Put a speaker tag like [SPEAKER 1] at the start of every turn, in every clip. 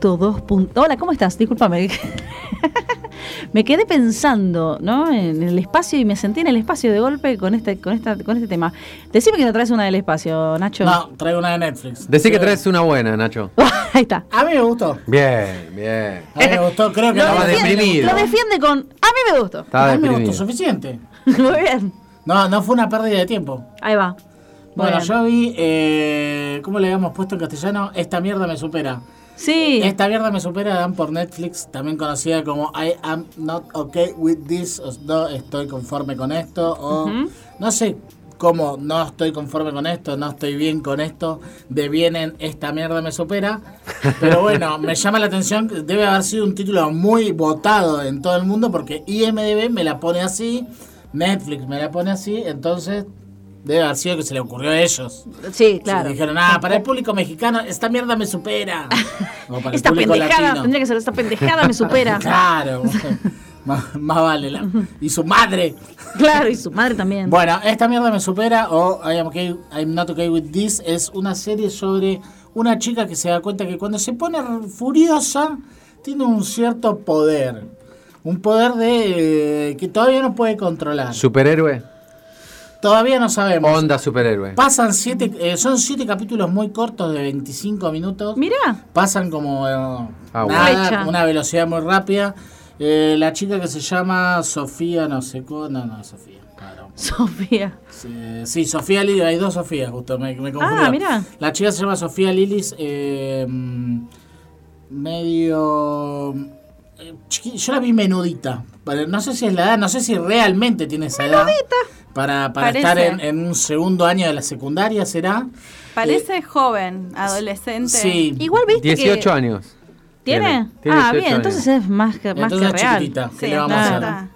[SPEAKER 1] 2. Hola, ¿cómo estás? Discúlpame. me quedé pensando, ¿no? En el espacio y me sentí en el espacio de golpe con este, con esta, con este tema. Decime que no traes una del espacio, Nacho.
[SPEAKER 2] No, traigo una de Netflix. Eh,
[SPEAKER 3] Decí que traes una buena, Nacho.
[SPEAKER 1] Ahí está.
[SPEAKER 2] A mí me gustó.
[SPEAKER 3] Bien, bien.
[SPEAKER 2] A mí me gustó, creo que
[SPEAKER 1] Lo
[SPEAKER 2] la-
[SPEAKER 3] Estaba
[SPEAKER 1] defiende,
[SPEAKER 3] deprimido.
[SPEAKER 1] lo defiende con. A mí me gustó.
[SPEAKER 3] Estaba
[SPEAKER 2] a mí me gustó
[SPEAKER 3] deprimido.
[SPEAKER 2] suficiente.
[SPEAKER 1] Muy bien.
[SPEAKER 2] No, no fue una pérdida de tiempo.
[SPEAKER 1] Ahí va.
[SPEAKER 2] Bueno,
[SPEAKER 1] Bien.
[SPEAKER 2] yo vi, eh, ¿cómo le habíamos puesto en castellano? Esta mierda me supera.
[SPEAKER 1] Sí.
[SPEAKER 2] Esta mierda me supera, dan por Netflix, también conocida como I am not okay with this, o no estoy conforme con esto, o no sé cómo no estoy conforme con esto, no estoy bien con esto, devienen esta mierda me supera. Pero bueno, me llama la atención, que debe haber sido un título muy votado en todo el mundo porque IMDB me la pone así, Netflix me la pone así, entonces debe haber sido que se le ocurrió a ellos.
[SPEAKER 1] Sí,
[SPEAKER 2] Sí,
[SPEAKER 1] claro.
[SPEAKER 2] dijeron, ah, para el público mexicano, esta mierda me supera. O para el
[SPEAKER 1] Esta
[SPEAKER 2] público
[SPEAKER 1] pendejada,
[SPEAKER 2] latino.
[SPEAKER 1] tendría que ser esta pendejada, me supera.
[SPEAKER 2] Claro. más, más vale. la- y su madre.
[SPEAKER 1] claro, y su madre también.
[SPEAKER 2] Bueno, esta mierda me supera o I am okay, I'm not okay with this es una serie sobre una chica que se da cuenta que cuando se pone furiosa tiene un cierto poder. Un poder de eh, que todavía no puede controlar.
[SPEAKER 3] Superhéroe.
[SPEAKER 2] Todavía no sabemos.
[SPEAKER 3] Onda superhéroe.
[SPEAKER 2] Pasan siete, eh, son siete capítulos muy cortos de 25 minutos.
[SPEAKER 1] Mirá,
[SPEAKER 2] pasan como eh,
[SPEAKER 3] Ah,
[SPEAKER 2] nada,
[SPEAKER 1] bueno.
[SPEAKER 2] una velocidad muy rápida. Eh, la chica que se llama Sofía, no sé cómo, no, no, Sofía, claro.
[SPEAKER 1] Sofía.
[SPEAKER 2] Eh, sí, Sofía Lili, hay dos Sofías, justo, me, me confundí.
[SPEAKER 1] Ah, mirá.
[SPEAKER 2] La chica se llama Sofía Lilis, eh, mm, medio... eh, chiqui- Yo la vi menudita, pero no sé si es la edad, no sé si realmente tiene esa edad. Para, para
[SPEAKER 4] Parece.
[SPEAKER 2] estar en, en un segundo año de la secundaria, ¿será?
[SPEAKER 3] Eh,
[SPEAKER 4] Parece joven, adolescente.
[SPEAKER 2] Sí.
[SPEAKER 1] Igual viste que-
[SPEAKER 3] 18 años.
[SPEAKER 1] ¿Tiene?
[SPEAKER 3] Tiene
[SPEAKER 1] ah,
[SPEAKER 3] 18
[SPEAKER 1] bien, entonces es más que, más
[SPEAKER 2] Entonces
[SPEAKER 1] que
[SPEAKER 2] es
[SPEAKER 1] real.
[SPEAKER 2] chiquitita. ¿Qué
[SPEAKER 4] Sí,
[SPEAKER 2] le vamos a
[SPEAKER 4] está-
[SPEAKER 2] hacer?
[SPEAKER 4] está.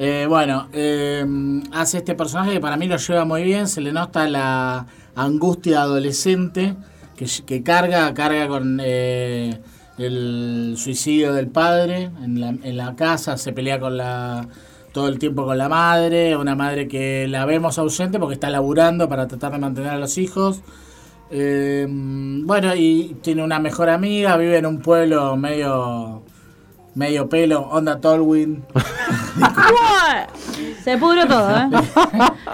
[SPEAKER 2] Eh, bueno, eh, hace este personaje que para mí lo lleva muy bien, se le nota la angustia adolescente que, que carga, carga con eh, el suicidio del padre en la, en la casa, se pelea con la todo el tiempo con la madre, una madre que la vemos ausente porque está laburando para tratar de mantener a los hijos. Eh, bueno, y tiene una mejor amiga, vive en un pueblo medio medio pelo, onda Tolwyn.
[SPEAKER 1] ¡Buah! Se pudrió todo, ¿eh?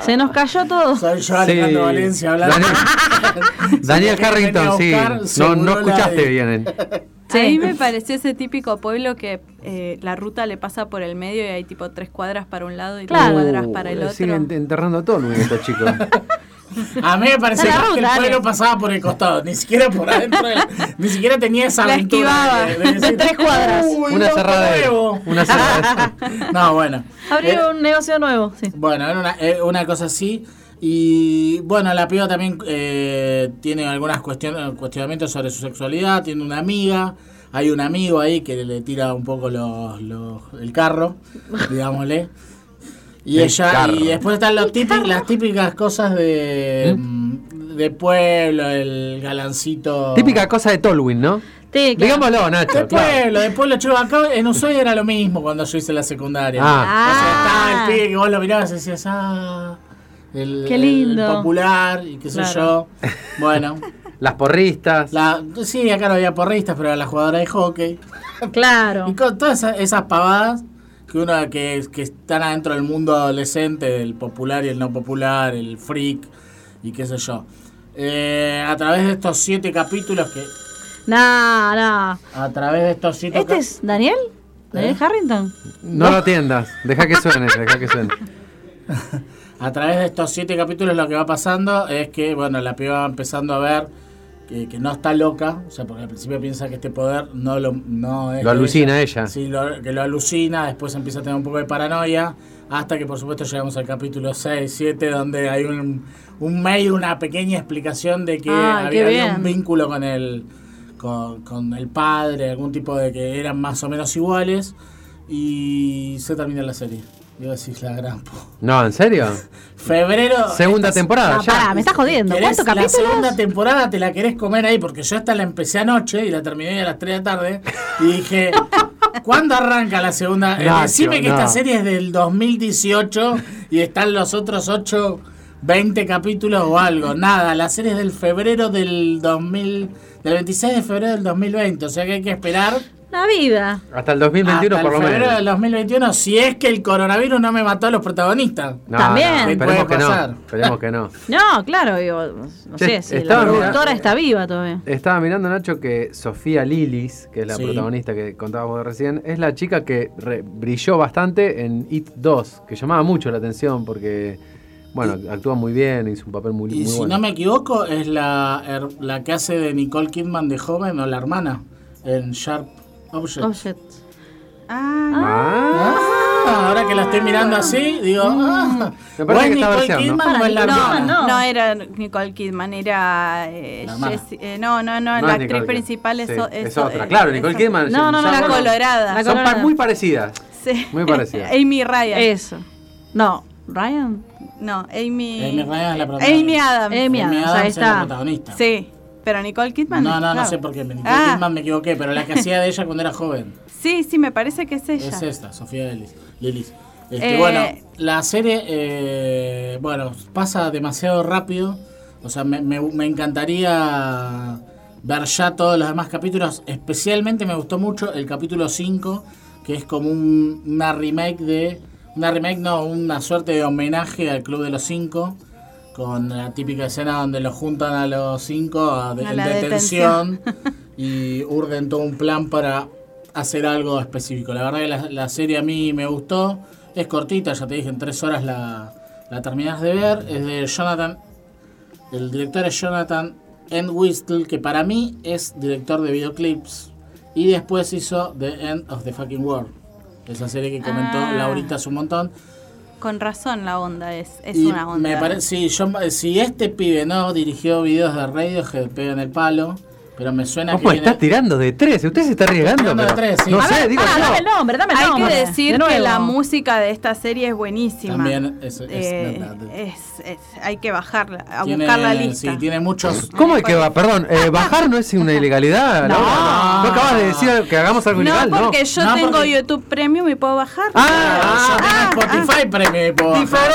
[SPEAKER 1] Se nos cayó todo.
[SPEAKER 2] Soy yo,
[SPEAKER 3] Sí.
[SPEAKER 2] Alejandro Valencia, hablando.
[SPEAKER 3] Daniel
[SPEAKER 2] que venía a
[SPEAKER 3] Harrington, sí.
[SPEAKER 2] buscar,
[SPEAKER 3] No, no
[SPEAKER 2] seguro la
[SPEAKER 3] escuchaste
[SPEAKER 2] de-
[SPEAKER 3] bien. eh. el-
[SPEAKER 1] Sí.
[SPEAKER 4] A mí me pareció ese típico pueblo que eh, la ruta le pasa por el medio y hay tipo tres cuadras para un lado y
[SPEAKER 1] Claro.
[SPEAKER 4] tres cuadras
[SPEAKER 3] Uh,
[SPEAKER 4] para el
[SPEAKER 3] le
[SPEAKER 4] otro.
[SPEAKER 3] Siguen enterrando a todo el mundo estos chicos.
[SPEAKER 2] A mí me pareció
[SPEAKER 1] Dale,
[SPEAKER 2] más que el
[SPEAKER 1] dale.
[SPEAKER 2] pueblo pasaba por el costado, ni siquiera por adentro. de la- ni siquiera tenía esa
[SPEAKER 4] La
[SPEAKER 2] aventura.
[SPEAKER 4] esquivaba.
[SPEAKER 1] De tres cuadras.
[SPEAKER 2] "Uy,
[SPEAKER 3] Una
[SPEAKER 2] loco
[SPEAKER 3] cerradera.
[SPEAKER 2] nuevo".
[SPEAKER 3] Una cerradera.
[SPEAKER 2] No, bueno. Eh,
[SPEAKER 1] Abrió un negocio nuevo, sí.
[SPEAKER 2] Bueno, era una, eh, una cosa así. Y bueno, la piba también eh, tiene algunas cuestion- cuestionamientos sobre su sexualidad. Tiene una amiga. Hay un amigo ahí que le tira un poco los, los- el carro, digámosle. Y
[SPEAKER 3] El
[SPEAKER 2] ella
[SPEAKER 3] carro. ¿Eh?
[SPEAKER 2] y después están los típi- las típicas cosas de, mm, de pueblo, el galancito.
[SPEAKER 3] Típica cosa de Tolwyn, ¿no?
[SPEAKER 1] Sí, claro.
[SPEAKER 3] Digámoslo,
[SPEAKER 2] De
[SPEAKER 3] Nacho. claro.
[SPEAKER 2] pueblo, de pueblo, chico. Acá en Ushuaia era lo mismo cuando yo hice la secundaria.
[SPEAKER 3] Ah,
[SPEAKER 2] O sea,
[SPEAKER 1] Ah,
[SPEAKER 2] estaba el pibe que vos lo mirabas y decías, ah, el,
[SPEAKER 1] Qué lindo.
[SPEAKER 2] el popular y qué sé
[SPEAKER 1] Claro.
[SPEAKER 2] yo. Bueno,
[SPEAKER 3] las porristas.
[SPEAKER 2] la, sí, acá no había porristas, pero era la jugadora de hockey. Y
[SPEAKER 1] claro.
[SPEAKER 2] con todas esas, esas pavadas que uno que, que están adentro del mundo adolescente, el popular y el no popular, el freak y qué sé yo. Eh, a través de estos siete capítulos que...
[SPEAKER 1] No, no.
[SPEAKER 2] A través de estos siete
[SPEAKER 1] ¿Este
[SPEAKER 2] cap-
[SPEAKER 1] es Daniel? ¿Daniel
[SPEAKER 3] ¿Eh?
[SPEAKER 1] Harrington?
[SPEAKER 3] No lo atiendas. Deja que suene, deja que suene.
[SPEAKER 2] A través de estos siete capítulos lo que va pasando es que, bueno, la piba va empezando a ver que, que no está loca, o sea, porque al principio piensa que este poder no lo... No es
[SPEAKER 3] Lo
[SPEAKER 2] de
[SPEAKER 3] alucina ella.
[SPEAKER 2] Sí, lo- que lo alucina, después empieza a tener un poco de paranoia, hasta que por supuesto llegamos al capítulo 6, 7, donde hay un, un mail, una pequeña explicación de que
[SPEAKER 1] Ah, qué
[SPEAKER 2] había, había
[SPEAKER 1] bien.
[SPEAKER 2] un vínculo con el, con, con el padre, algún tipo de que eran más o menos iguales, y se termina la serie. Yo decís la gran... pu-
[SPEAKER 3] No, ¿en serio?
[SPEAKER 2] Febrero.
[SPEAKER 3] Segunda
[SPEAKER 2] esta-
[SPEAKER 3] temporada,
[SPEAKER 1] No,
[SPEAKER 3] Ah, ya.
[SPEAKER 1] pará, me estás jodiendo.
[SPEAKER 2] ¿Querés
[SPEAKER 1] ¿Cuántos
[SPEAKER 2] La segunda
[SPEAKER 1] capítulos?
[SPEAKER 2] temporada te la querés comer ahí porque yo esta la empecé anoche y la terminé a las 3 de la tarde y dije, ¿cuándo arranca la segunda? Eh,
[SPEAKER 3] Nacho,
[SPEAKER 2] Decime que
[SPEAKER 3] no.
[SPEAKER 2] esta serie es del 2018 y están los otros 8 20 capítulos o algo. Nada, la serie es del febrero del 2000, del 26 de febrero del 2020, o sea que hay que esperar
[SPEAKER 1] La vida.
[SPEAKER 3] Hasta el 2021
[SPEAKER 2] hasta
[SPEAKER 3] por lo
[SPEAKER 2] el febrero
[SPEAKER 3] menos.
[SPEAKER 2] del 2021 si es que el coronavirus no me mató a los protagonistas.
[SPEAKER 3] No,
[SPEAKER 1] También.
[SPEAKER 3] no,
[SPEAKER 1] Sí,
[SPEAKER 3] esperemos
[SPEAKER 2] puede
[SPEAKER 3] que
[SPEAKER 2] pasar.
[SPEAKER 3] no. Esperemos que no.
[SPEAKER 1] No, claro, digo, no
[SPEAKER 3] Che,
[SPEAKER 1] sé si
[SPEAKER 3] estaba
[SPEAKER 1] la
[SPEAKER 3] mirando-
[SPEAKER 1] productora está viva todavía.
[SPEAKER 3] Estaba mirando, Nacho, que Sofía Lilis, que es la
[SPEAKER 2] Sí.
[SPEAKER 3] protagonista que contábamos recién, es la chica que re- brilló bastante en It 2, que llamaba mucho la atención porque, bueno, actúa muy bien, hizo un papel muy,
[SPEAKER 2] Y
[SPEAKER 3] muy
[SPEAKER 2] si
[SPEAKER 3] bueno.
[SPEAKER 2] no me equivoco, es la, her- la que hace de Nicole Kidman de joven o la hermana en Sharp Object.
[SPEAKER 1] Object.
[SPEAKER 4] Ah,
[SPEAKER 3] Ah,
[SPEAKER 2] Ah, ahora que la estoy mirando así, digo, ah,
[SPEAKER 3] Me parece
[SPEAKER 2] ¿o es
[SPEAKER 3] que está
[SPEAKER 2] Nicole
[SPEAKER 3] verseando.
[SPEAKER 2] Kidman o
[SPEAKER 1] Para,
[SPEAKER 2] es la
[SPEAKER 1] Nicole
[SPEAKER 2] hermana?
[SPEAKER 1] Kidman,
[SPEAKER 4] no,
[SPEAKER 1] Ah, no.
[SPEAKER 4] no era Nicole Kidman, era eh,
[SPEAKER 2] La hermana.
[SPEAKER 4] Jessie- eh, no, no, no,
[SPEAKER 3] no es
[SPEAKER 4] la actriz
[SPEAKER 3] Nicole Kidman.
[SPEAKER 4] principal es,
[SPEAKER 3] Sí,
[SPEAKER 4] o-
[SPEAKER 3] es
[SPEAKER 4] o-
[SPEAKER 3] otra.
[SPEAKER 4] eh,
[SPEAKER 3] Claro,
[SPEAKER 4] es
[SPEAKER 3] Nicole
[SPEAKER 4] otra.
[SPEAKER 3] Kidman.
[SPEAKER 1] No, no, no,
[SPEAKER 3] Sharon-
[SPEAKER 4] La colorada.
[SPEAKER 1] La
[SPEAKER 3] Son
[SPEAKER 1] colorada.
[SPEAKER 3] pa- muy parecidas.
[SPEAKER 4] Sí.
[SPEAKER 3] Muy parecida.
[SPEAKER 4] Amy Ryan.
[SPEAKER 1] Eso. No, Ryan.
[SPEAKER 4] No, Amy.
[SPEAKER 2] Amy Ryan es la protagonista.
[SPEAKER 4] Amy Adams.
[SPEAKER 1] Amy Adams,
[SPEAKER 2] Amy
[SPEAKER 1] ahí
[SPEAKER 2] Adams es la
[SPEAKER 1] está.
[SPEAKER 2] protagonista.
[SPEAKER 4] Sí, pero Nicole
[SPEAKER 2] No,
[SPEAKER 4] Kidman.
[SPEAKER 2] no, no
[SPEAKER 4] claro.
[SPEAKER 2] sé por qué. me- Nicole
[SPEAKER 4] Ah.
[SPEAKER 2] Kidman me equivoqué, pero la que hacía de ella cuando era joven.
[SPEAKER 4] Sí, sí, me parece que es ella.
[SPEAKER 2] Es esta, Sofía Lilis. Lilis. Este,
[SPEAKER 4] Eh,
[SPEAKER 2] bueno, la serie, eh, bueno, pasa demasiado rápido. O sea, me, me- me encantaría ver ya todos los demás capítulos. Especialmente me gustó mucho el capítulo 5, que es como un- una remake de... Una remake, no, una suerte de homenaje al Club de los Cinco. Con la típica escena donde los juntan a los cinco a-
[SPEAKER 4] A
[SPEAKER 2] en
[SPEAKER 4] la
[SPEAKER 2] detención. y urden todo un plan para hacer algo específico. La verdad que la, la serie a mí me gustó. Es cortita, ya te dije, en tres horas la, la terminás de ver. Es de Jonathan. El director es Jonathan N. Whistle, que para mí es director de videoclips. Y después hizo The End of the Fucking World. Esa serie que comentó
[SPEAKER 4] Ah.
[SPEAKER 2] Laurita hace un montón.
[SPEAKER 4] Con razón la onda es. Es
[SPEAKER 2] Y
[SPEAKER 4] una onda.
[SPEAKER 2] Me parece, sí, yo, si este pibe no dirigió videos de radio, que pega en el palo. Pero me suena
[SPEAKER 3] ¿Cómo
[SPEAKER 2] que.
[SPEAKER 3] estás
[SPEAKER 2] tiene-
[SPEAKER 3] tirando de tres? Usted se está arriesgando.
[SPEAKER 2] Tirando de
[SPEAKER 3] pero-
[SPEAKER 2] tres, sí.
[SPEAKER 3] No
[SPEAKER 2] A
[SPEAKER 3] sé,
[SPEAKER 1] ver,
[SPEAKER 3] digo
[SPEAKER 1] pará,
[SPEAKER 3] yo.
[SPEAKER 1] Ah, dame el nombre, dame el
[SPEAKER 4] Hay
[SPEAKER 1] nombre.
[SPEAKER 4] que
[SPEAKER 1] De
[SPEAKER 4] decir que
[SPEAKER 1] nuevo.
[SPEAKER 4] la música de esta serie es buenísima.
[SPEAKER 2] También es- es
[SPEAKER 4] Eh,
[SPEAKER 2] verdad.
[SPEAKER 4] es- es- hay que bajarla, a
[SPEAKER 2] Tiene-
[SPEAKER 4] buscar la lista.
[SPEAKER 2] Sí, tiene muchos.
[SPEAKER 3] ¿Cómo es que va? Perdón, eh, bajar no es una ilegalidad.
[SPEAKER 1] No.
[SPEAKER 3] Laura? ¿No acabas de decir que hagamos algo
[SPEAKER 4] no,
[SPEAKER 3] ilegal, ¿no?
[SPEAKER 4] porque yo
[SPEAKER 2] No,
[SPEAKER 4] tengo
[SPEAKER 2] porque-
[SPEAKER 4] YouTube Premium y puedo bajar.
[SPEAKER 3] Ah, ah,
[SPEAKER 2] Ah, yo tengo Spotify Premium y puedo bajar.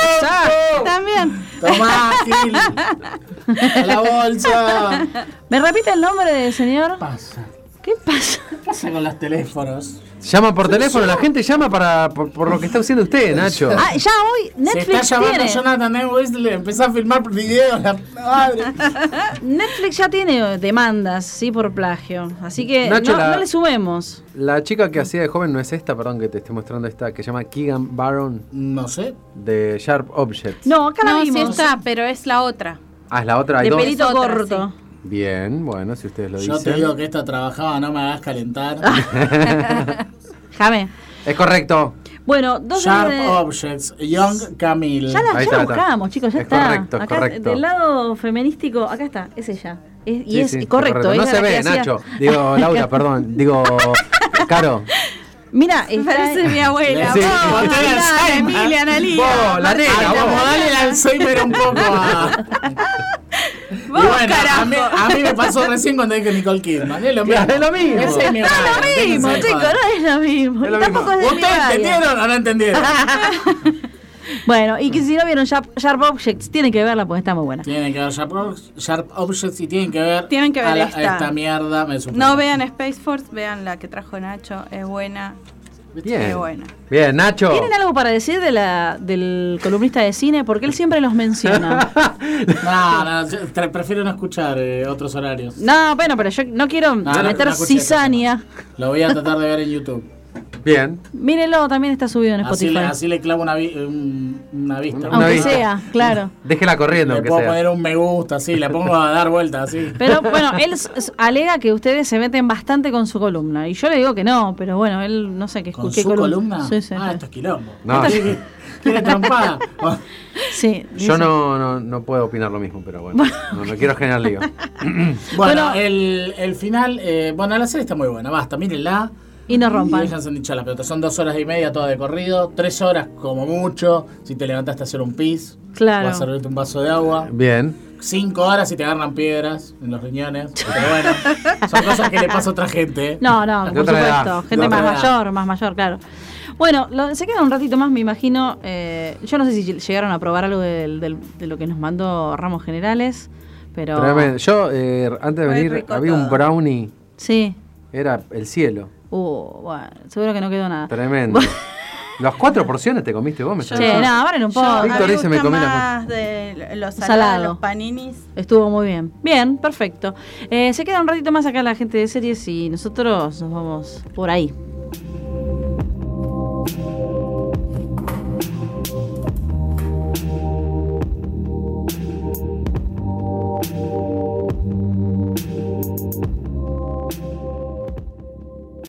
[SPEAKER 4] También.
[SPEAKER 2] Tomá, Gil. A la bolsa.
[SPEAKER 1] ¿Me repite el nombre del señor?
[SPEAKER 2] Pasa.
[SPEAKER 1] ¿Qué pasa?
[SPEAKER 2] ¿Qué pasa con los teléfonos?
[SPEAKER 3] llama por teléfono, la gente llama para por, por lo que está haciendo usted, Nacho.
[SPEAKER 1] Ah, ya hoy
[SPEAKER 2] Se
[SPEAKER 1] Netflix
[SPEAKER 2] está llamando
[SPEAKER 1] tiene.
[SPEAKER 2] Jonathan Edwards, le empezó a filmar videos. La madre.
[SPEAKER 1] ah, Netflix ya tiene demandas, sí, por plagio. Así que
[SPEAKER 3] Nacho,
[SPEAKER 1] no,
[SPEAKER 3] la-
[SPEAKER 1] no le subemos.
[SPEAKER 3] La chica que hacía de joven no es esta, perdón que te esté mostrando esta, que se llama Keegan Baron
[SPEAKER 2] No sé.
[SPEAKER 3] de Sharp Objects.
[SPEAKER 1] No, acá la
[SPEAKER 4] No, sí
[SPEAKER 1] vimos.
[SPEAKER 4] está, pero es la otra.
[SPEAKER 3] Ah, es la otra,
[SPEAKER 1] de
[SPEAKER 3] hay dos.
[SPEAKER 1] pelito
[SPEAKER 4] Es otra,
[SPEAKER 1] corto.
[SPEAKER 3] Bien, bueno, si ustedes lo
[SPEAKER 2] Yo te
[SPEAKER 3] dicen.
[SPEAKER 2] digo que esta trabajaba, no me hagas calentar.
[SPEAKER 1] Jame.
[SPEAKER 3] Es correcto.
[SPEAKER 1] Bueno, dos
[SPEAKER 2] Sharp
[SPEAKER 1] de-
[SPEAKER 2] Objects, Young Camille.
[SPEAKER 1] Ya la
[SPEAKER 3] Ahí
[SPEAKER 1] ya la
[SPEAKER 3] está, está.
[SPEAKER 1] buscábamos, chicos, ya
[SPEAKER 3] Es
[SPEAKER 1] está.
[SPEAKER 3] correcto, es
[SPEAKER 1] acá,
[SPEAKER 3] correcto.
[SPEAKER 1] Del lado feminístico, acá está, es ella. Es- y
[SPEAKER 3] Sí,
[SPEAKER 1] es
[SPEAKER 3] sí, está
[SPEAKER 1] correcto.
[SPEAKER 3] No
[SPEAKER 1] ella
[SPEAKER 3] se
[SPEAKER 1] la que
[SPEAKER 3] ve,
[SPEAKER 1] hacía-
[SPEAKER 3] Nacho. Digo, Laura, perdón. Digo, Caro.
[SPEAKER 1] Mira,
[SPEAKER 4] Me
[SPEAKER 1] está-
[SPEAKER 4] parece mi abuela.
[SPEAKER 3] Sí.
[SPEAKER 4] Vos,
[SPEAKER 2] Vos tenés
[SPEAKER 4] Ana,
[SPEAKER 2] Alzheimer.
[SPEAKER 4] Emilia, Analia.
[SPEAKER 3] Vos, la nena,
[SPEAKER 1] Ah,
[SPEAKER 4] Marcela,
[SPEAKER 3] vos.
[SPEAKER 2] Acomodale el Alzheimer un poco a. Y
[SPEAKER 4] Vos,
[SPEAKER 2] bueno,
[SPEAKER 4] carajo.
[SPEAKER 2] a mí, a mí me pasó recién cuando dije Nicole Kidman. Es lo mismo.
[SPEAKER 3] Claro, es lo mismo.
[SPEAKER 2] Ese es mi horario,
[SPEAKER 1] Es Ah, lo mismo,
[SPEAKER 2] déjense de
[SPEAKER 1] chicos,
[SPEAKER 2] joder.
[SPEAKER 1] no es lo mismo.
[SPEAKER 3] Es lo
[SPEAKER 1] Y tampoco
[SPEAKER 3] mismo.
[SPEAKER 1] es de mi
[SPEAKER 2] ¿Ustedes
[SPEAKER 1] área.
[SPEAKER 2] entendieron o no entendieron?
[SPEAKER 1] Bueno, y que si no vieron Sharp, Sharp Objects, tienen que verla porque está muy buena.
[SPEAKER 2] tienen que ver Sharp, Ob- Sharp Objects y tienen que ver,
[SPEAKER 4] Tienen que ver
[SPEAKER 2] a la- a
[SPEAKER 4] esta.
[SPEAKER 2] mierda. Me supera.
[SPEAKER 4] No vean Space Force, vean la que trajo Nacho. Es buena.
[SPEAKER 3] Bien.
[SPEAKER 4] Qué buena.
[SPEAKER 3] Bien, Nacho.
[SPEAKER 1] ¿Tienen algo para decir de la, del columnista de cine? Porque él siempre los menciona.
[SPEAKER 2] No, no, yo tre- prefiero no escuchar eh, otros horarios.
[SPEAKER 1] No, bueno, pero yo no quiero
[SPEAKER 2] Ah, No, no,
[SPEAKER 1] meter
[SPEAKER 2] no escuché eso.
[SPEAKER 1] cizaña.
[SPEAKER 2] Lo voy a tratar de ver en YouTube.
[SPEAKER 3] Bien.
[SPEAKER 1] Mírenlo, también está subido en
[SPEAKER 2] Así
[SPEAKER 1] Spotify.
[SPEAKER 2] le, así le clavo una, vi- un- una vista.
[SPEAKER 3] Una
[SPEAKER 1] Aunque
[SPEAKER 3] vista.
[SPEAKER 1] sea, claro.
[SPEAKER 3] Déjela corriendo,
[SPEAKER 2] Le
[SPEAKER 3] aunque
[SPEAKER 2] puedo
[SPEAKER 3] sea.
[SPEAKER 2] poner un me gusta, así. Le pongo a dar vueltas, así.
[SPEAKER 1] Pero bueno, él s- s- alega que ustedes se meten bastante con su columna. Y yo le digo que no, pero bueno, él no sé qué
[SPEAKER 2] ¿Con
[SPEAKER 1] qué
[SPEAKER 2] su columna?
[SPEAKER 1] Sí, sí.
[SPEAKER 2] Ah, esto es quilombo.
[SPEAKER 3] No, yo,
[SPEAKER 2] ¿Quieres trompada?
[SPEAKER 1] Sí,
[SPEAKER 3] yo
[SPEAKER 1] dice.
[SPEAKER 3] no, no, no puedo opinar lo mismo, pero bueno. No, no quiero generar lío.
[SPEAKER 2] Bueno,
[SPEAKER 1] Bueno.
[SPEAKER 2] el, el final, eh, bueno, la serie está muy buena, basta, mírenla.
[SPEAKER 1] Y no
[SPEAKER 2] Y
[SPEAKER 1] rompan.
[SPEAKER 2] déjense hinchar la pelota. Son dos horas y media todo de corrido, tres horas como mucho, si te levantaste a hacer un pis,
[SPEAKER 1] Claro.
[SPEAKER 2] o a servirte un vaso de agua.
[SPEAKER 3] Bien.
[SPEAKER 2] Cinco horas si te agarran piedras en los riñones. Pero bueno, son cosas que le pasa a otra gente.
[SPEAKER 1] No, no,
[SPEAKER 3] De
[SPEAKER 1] por
[SPEAKER 3] otra edad,
[SPEAKER 1] supuesto.
[SPEAKER 3] de
[SPEAKER 1] Gente
[SPEAKER 2] otra
[SPEAKER 1] más
[SPEAKER 2] edad.
[SPEAKER 1] mayor, más mayor, claro. Bueno, lo- se queda un ratito más, me imagino, eh, eh, yo no sé si llegaron a probar algo del- del- de lo que nos mandó Ramos Generales, pero...
[SPEAKER 3] Tremendo. Yo, eh, antes de
[SPEAKER 4] Muy
[SPEAKER 3] venir,
[SPEAKER 4] rico
[SPEAKER 3] había un
[SPEAKER 4] todo.
[SPEAKER 3] brownie,
[SPEAKER 1] Sí.
[SPEAKER 3] era el cielo.
[SPEAKER 1] Uh, bueno, seguro que no quedó nada.
[SPEAKER 3] Tremendo. Las cuatro porciones te comiste vos, me
[SPEAKER 4] Yo-
[SPEAKER 3] estás
[SPEAKER 1] Che,
[SPEAKER 3] diciendo.
[SPEAKER 1] no, paren un poco.
[SPEAKER 4] Yo- a mí
[SPEAKER 3] Víctor
[SPEAKER 4] me
[SPEAKER 3] dice, me
[SPEAKER 4] gustan
[SPEAKER 3] comí la
[SPEAKER 4] más de los salados,
[SPEAKER 1] Salado.
[SPEAKER 4] los paninis.
[SPEAKER 1] Estuvo muy bien. Bien, perfecto. Eh, se queda un ratito más acá la gente de series y nosotros nos vamos por ahí.